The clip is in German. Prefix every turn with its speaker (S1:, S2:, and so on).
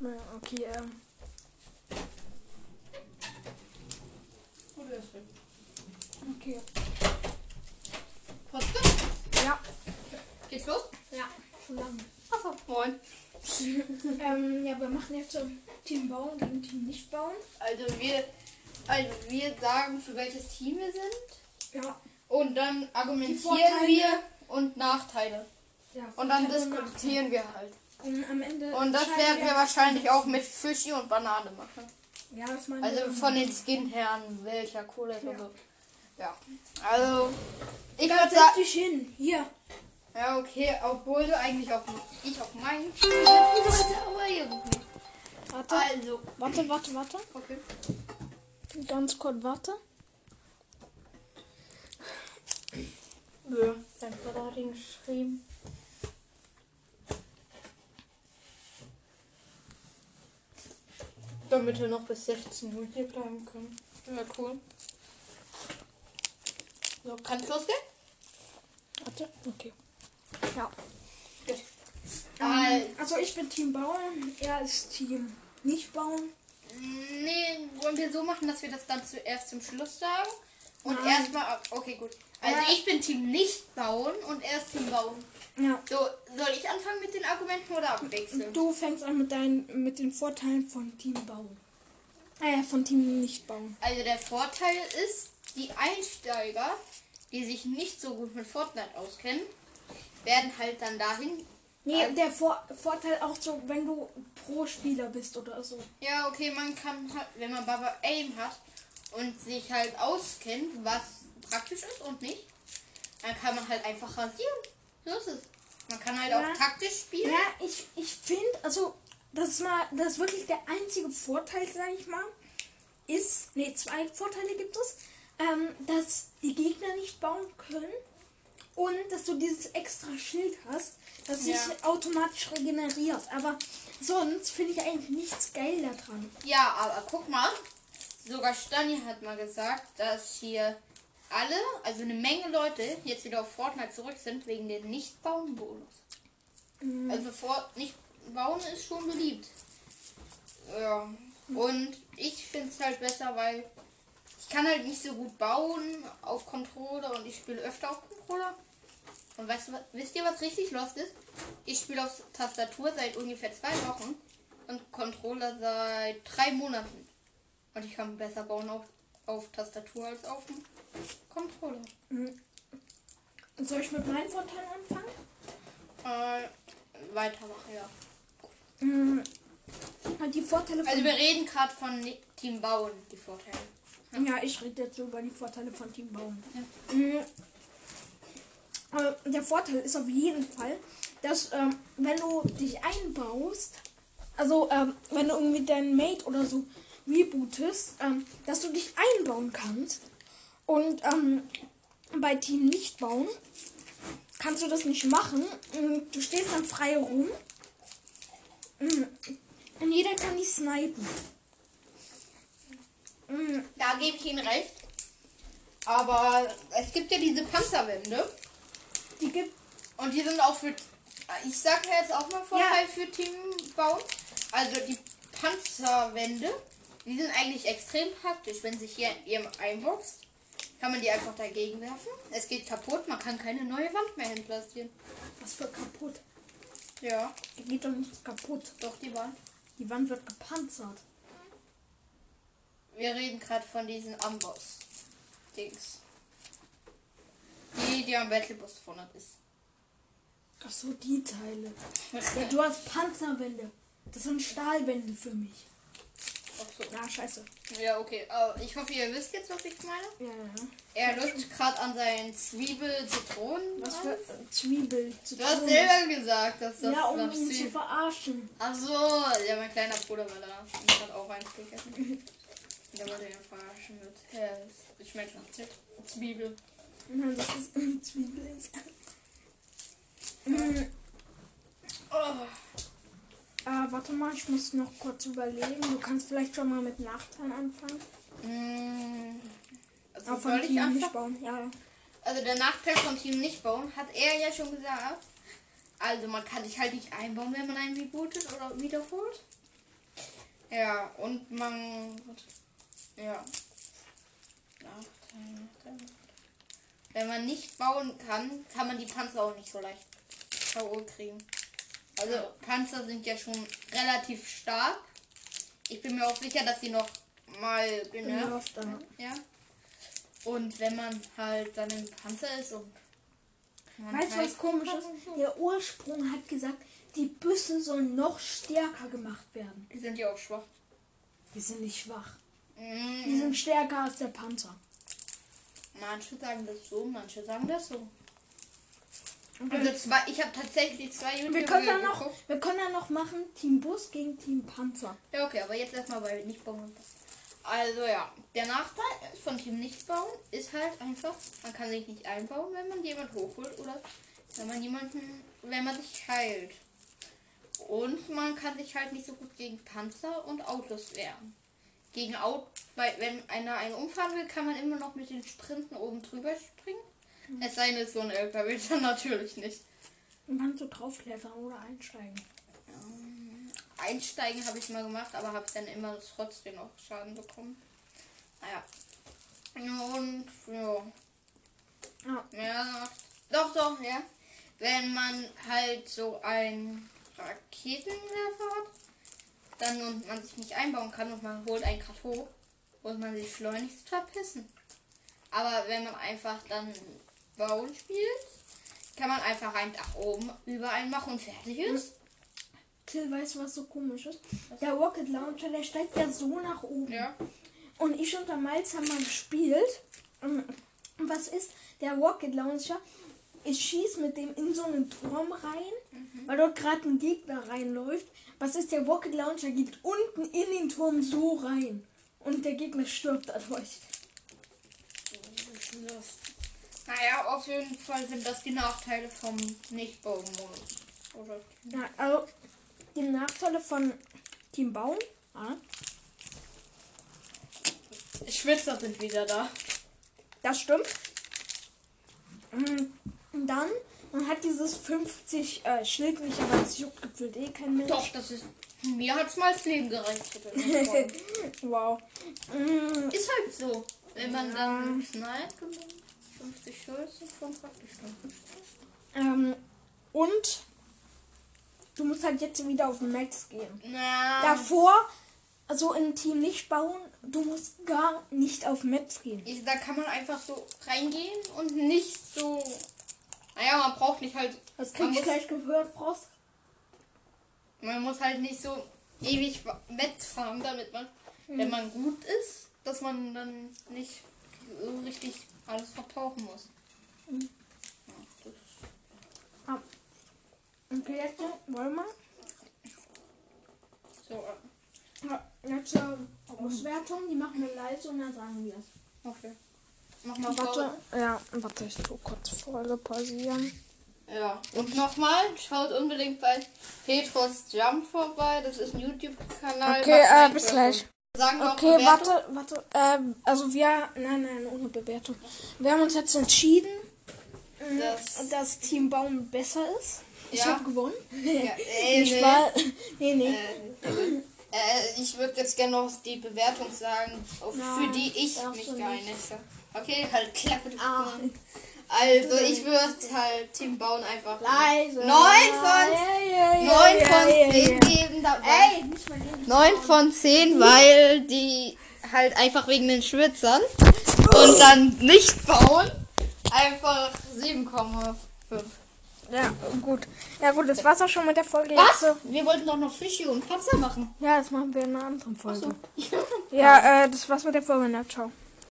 S1: Naja, okay, ähm.
S2: Oder ist weg.
S1: Okay.
S2: Podcast?
S1: Ja.
S2: Geht's los?
S1: Ja, schon lange.
S2: Achso, moin.
S1: ähm, ja, wir machen jetzt so Team Bauen gegen Team Nicht Bauen.
S2: Also wir, also wir sagen, für welches Team wir sind.
S1: Ja.
S2: Und dann argumentieren
S1: Vorteile.
S2: wir und Nachteile.
S1: ja
S2: Und dann
S1: Vorteile
S2: diskutieren wir halt.
S1: Und am Ende.
S2: Und das
S1: entscheiden
S2: werden wir wahrscheinlich auch mit Fischi und Banane machen.
S1: Ja, das machen
S2: Also
S1: wir.
S2: von den Skin-Herren, welcher cool ist und
S1: Ja.
S2: so. Ja. Also, ich
S1: Da
S2: würde sagen.
S1: setz dich hin. Hier.
S2: Ja, okay, obwohl du eigentlich auf, ich auf meinen Stuhl sitzen wollte, aber ihr nicht.
S1: Warte.
S2: Also,
S1: Warte, warte, warte.
S2: okay.
S1: Ganz kurz, warte.
S2: Nö, dein Vater hat ihn geschrieben. Damit wir noch bis 16 Uhr hier bleiben können. Ja, cool. So, kannst du losgehen?
S1: Warte. Okay.
S2: Gut. Äh,
S1: Ähm,
S2: Halt.
S1: also ich bin Team Bauen. Er ist Team Nicht Bauen.
S2: Nee, wollen wir so machen, dass wir das dann zuerst zum Schluss sagen? Und
S1: Nein.
S2: erstmal. Okay, gut. Also
S1: Ja.
S2: ich bin Team nicht bauen und erst Team bauen.
S1: Ja.
S2: So, soll ich anfangen mit den Argumenten oder abwechseln?
S1: Du fängst an mit, deinen, mit den Vorteilen von Team Bauen. Äh, von Team Nicht Bauen.
S2: Also der Vorteil ist, die Einsteiger, die sich nicht so gut mit Fortnite auskennen, werden halt dann dahin.
S1: Nee,
S2: Ähm.
S1: der Vor Vorteil auch so, wenn du Pro-Spieler bist oder so.
S2: Ja, okay, man kann halt, wenn man Baba Aim hat und sich halt auskennt, was praktisch ist und nicht, dann kann man halt einfach rasieren. So ist es. Man kann halt
S1: Ja.
S2: auch taktisch spielen.
S1: Ja, ich, ich finde, also, das ist mal, das ist wirklich der einzige Vorteil, sage ich mal, ist, nee, zwei Vorteile gibt es, ähm, dass die Gegner nicht bauen können und dass du dieses extra Schild hast, das sich
S2: Ja.
S1: automatisch regeneriert. Aber sonst finde ich eigentlich nichts geil daran.
S2: Ja, aber guck mal, sogar Stani hat mal gesagt, dass hier alle, also eine Menge Leute, jetzt wieder auf Fortnite zurück sind wegen den Nicht-Bauen-Bonus. Also vor, nicht bauen ist schon beliebt. Ja. Und ich finde es halt besser, weil ich kann halt nicht so gut bauen auf Controller und ich spiele öfter auf Controller. Und weißt du, was- wisst ihr, was richtig lost ist? Ich spiele auf Tastatur seit ungefähr zwei Wochen und Controller seit drei Monaten. Und ich kann besser bauen auf, auf Tastatur als auf dem Controller.
S1: Soll ich mit meinen Vorteilen anfangen?
S2: Äh, weitermachen, ja.
S1: Mhm. Die Vorteile von
S2: Also wir reden gerade von Ni- Team Bauen, die Vorteile.
S1: Ja, ich rede jetzt über die Vorteile von Team Bauen. Mm. Äh, Der Vorteil ist auf jeden Fall, dass ähm, wenn du dich einbaust, also ähm, wenn du irgendwie deinen Mate oder so rebootest, ähm, dass du dich einbauen kannst. Und ähm, bei Team nicht bauen kannst du das nicht machen. Und du stehst dann frei rum. Mm. Und jeder kann dich snipen. Mm.
S2: Da gebe ich Ihnen recht. Aber es gibt ja diese Panzerwände.
S1: Die gibt
S2: Und die sind auch für. Ich sage ja jetzt auch mal Vorteil für Team Bauen. Also die Panzerwände, die sind eigentlich extrem praktisch. Wenn sich hier jemand einboxt, kann man die einfach dagegen werfen. Es geht kaputt, man kann keine neue Wand mehr hinplatzieren.
S1: Was für kaputt?
S2: Ja,
S1: Da geht doch nichts kaputt.
S2: doch die Wand.
S1: Die Wand wird gepanzert.
S2: Wir reden gerade von diesen Amboss-Dings. Die, die am Battlebus vorne ist.
S1: Ach so, die Teile. Ja, du hast Panzerwände. Das sind Stahlwände für mich.
S2: Ach so.
S1: Ja, scheiße.
S2: Ja, okay. Aber ich hoffe, ihr wisst jetzt, was ich meine.
S1: Ja, ja.
S2: Er lutscht gerade an seinen Zwiebel-Zitronen.
S1: Was für
S2: dran.
S1: äh, Zwiebel zu
S2: Du hast
S1: tun.
S2: selber gesagt, dass das
S1: Ja, um
S2: nach
S1: ihn zu
S2: Zwiebel.
S1: verarschen.
S2: Ach so, ja, mein kleiner Bruder war da und hat auch eins gegessen. Der wollte ihn verarschen mit. Ja, ich schmeckt nach Zit- Zwiebel.
S1: Nein, das ist ähm, Zwiebel. ist- Mm,
S2: Oh.
S1: äh, warte mal, ich muss noch kurz überlegen. Du kannst vielleicht schon mal mit Nachteilen anfangen.
S2: Mm. Also
S1: Aber
S2: soll
S1: von
S2: ich
S1: Team
S2: anfangen?
S1: nicht bauen. Ja, ja.
S2: Also der Nachteil von Team nicht bauen, hat er ja schon gesagt. Also man kann sich halt nicht einbauen, wenn man einen rebootet oder wiederholt. Ja, und man. Ja. Nachteil, Nachteil. Wenn man nicht bauen kann, kann man die Panzer auch nicht so leicht K.O. kriegen. Also Panzer sind ja schon relativ stark. Ich bin mir auch sicher, dass sie noch mal genervt
S1: Genervt, ja.
S2: ja. Und wenn man halt dann im Panzer ist und man
S1: Weißt du, was
S2: halt-
S1: komisch ist? Der Ursprung hat gesagt, die Büsse sollen noch stärker gemacht werden.
S2: Die sind ja auch schwach.
S1: Die sind nicht schwach.
S2: Mm,
S1: Die sind stärker als der Panzer.
S2: Manche sagen das so, manche sagen das so.
S1: Okay.
S2: Also zwei, ich habe tatsächlich zwei
S1: Wir können, dann
S2: Videos
S1: noch,
S2: geguckt.
S1: wir können dann noch machen Team Bus gegen Team Panzer.
S2: Ja, okay, aber jetzt erstmal bei nicht bauen. Also ja, der Nachteil von Team nicht bauen ist halt einfach, man kann sich nicht einbauen, wenn man jemand hochholt oder wenn man jemanden, wenn man sich heilt. Und man kann sich halt nicht so gut gegen Panzer und Autos wehren. Gegen Auto, weil wenn einer einen umfahren will, kann man immer noch mit den Sprinten oben drüber springen. Es sei denn, es ist so ein LKW, dann natürlich nicht.
S1: Man kann so draufklettern oder einsteigen.
S2: Einsteigen habe ich mal gemacht, aber habe dann immer trotzdem noch Schaden bekommen. Naja. Und ja.
S1: Ja.
S2: ja. Doch, doch, ja. Wenn man halt so einen Raketenwerfer hat, dann und man sich nicht einbauen kann und man holt einen Grad hoch und man sich schleunigst verpissen. Aber wenn man einfach dann bauen spielt, kann man einfach ein Dach oben über einen machen und fertig ist.
S1: Till, weißt du, was so komisch ist? Der Rocket Launcher, der steigt ja so nach oben.
S2: Ja.
S1: Und ich und der Miles haben mal gespielt. Und was ist? Der Rocket Launcher. Ich schieß mit dem in so einen Turm rein, weil dort gerade ein Gegner reinläuft. Was ist? Der Rocket Launcher geht unten in den Turm so rein. Und der Gegner stirbt dadurch.
S2: Lust. Naja, auf jeden Fall sind das die Nachteile vom Nicht-Baumodus. Oder?
S1: Ja, also die Nachteile von Team Bauen. Ah,
S2: Schwitzer sind wieder da.
S1: das stimmt. Mm, Und dann, man hat dieses 50 äh, Schild nicht, aber es juckt gefühlt eh kein Mensch.
S2: Doch, das ist. Mir hat's mal das Leben gereicht. bitte. ist
S1: wow. Mm,
S2: halt so. Wenn man dann knallt, 50 Schulz ist schon praktisch. dann.
S1: ähm, und du musst halt jetzt wieder auf den Max gehen.
S2: Na,
S1: Davor, also im Team nicht bauen, du musst gar nicht auf Max gehen.
S2: ich, da kann man einfach so reingehen und nicht so. Naja, man braucht nicht halt.
S1: Das
S2: man
S1: krieg ich
S2: muss-
S1: gleich gehört, Frost.
S2: Man muss halt nicht so ewig wa- wettfahren, damit man, wenn man gut ist, dass man dann nicht so richtig alles verbrauchen muss. Ja, das ist-
S1: Ah. Okay, jetzt wollen wir.
S2: So, äh,
S1: Ja, Jetzt äh, Auswertung, die machen wir leise und dann sagen wir es.
S2: okay. Mach mal Pause.
S1: ja, warte, ich tu kurz Folge pausieren.
S2: Ja, und nochmal, schaut unbedingt bei Petros Jump vorbei. Das ist ein YouTube-Kanal.
S1: Okay,
S2: was
S1: äh,
S2: Minecraft
S1: bis gleich.
S2: macht. Sagen wir auch
S1: Okay,
S2: Bewertung.
S1: warte, warte. Ähm, also wir, nein, nein, ohne Bewertung. Wir haben uns jetzt entschieden, mh,
S2: Das-
S1: dass das Team Baum besser ist. Ich
S2: Ja.
S1: habe gewonnen.
S2: Ja, ey,
S1: Nicht
S2: nee.
S1: wahr? nee, nee.
S2: Äh, äh, ich würde jetzt gerne noch die Bewertung sagen, auf, für
S1: Nein,
S2: die ich
S1: darfst
S2: mich
S1: du
S2: geeinigt habe. Okay, halt Klappe. du
S1: Ah.
S2: Kuh. Also ich würde halt Team Bauen einfach
S1: Leise.
S2: Neun von-
S1: neun
S2: 9 von 10 geben. Dabei.
S1: Ey, nicht mal den.
S2: 9 von 10, weil die halt einfach wegen den Schwitzern und dann nicht bauen, einfach 7,5.
S1: Ja, gut. Ja, gut, das war's auch schon mit der Folge.
S2: Was?
S1: Jetzt,
S2: Wir wollten doch noch Fische und Panzer machen.
S1: äh, ja, das machen wir in einer anderen Folge.
S2: So.
S1: Ja, äh, das war's mit der Folge. Na, ciao.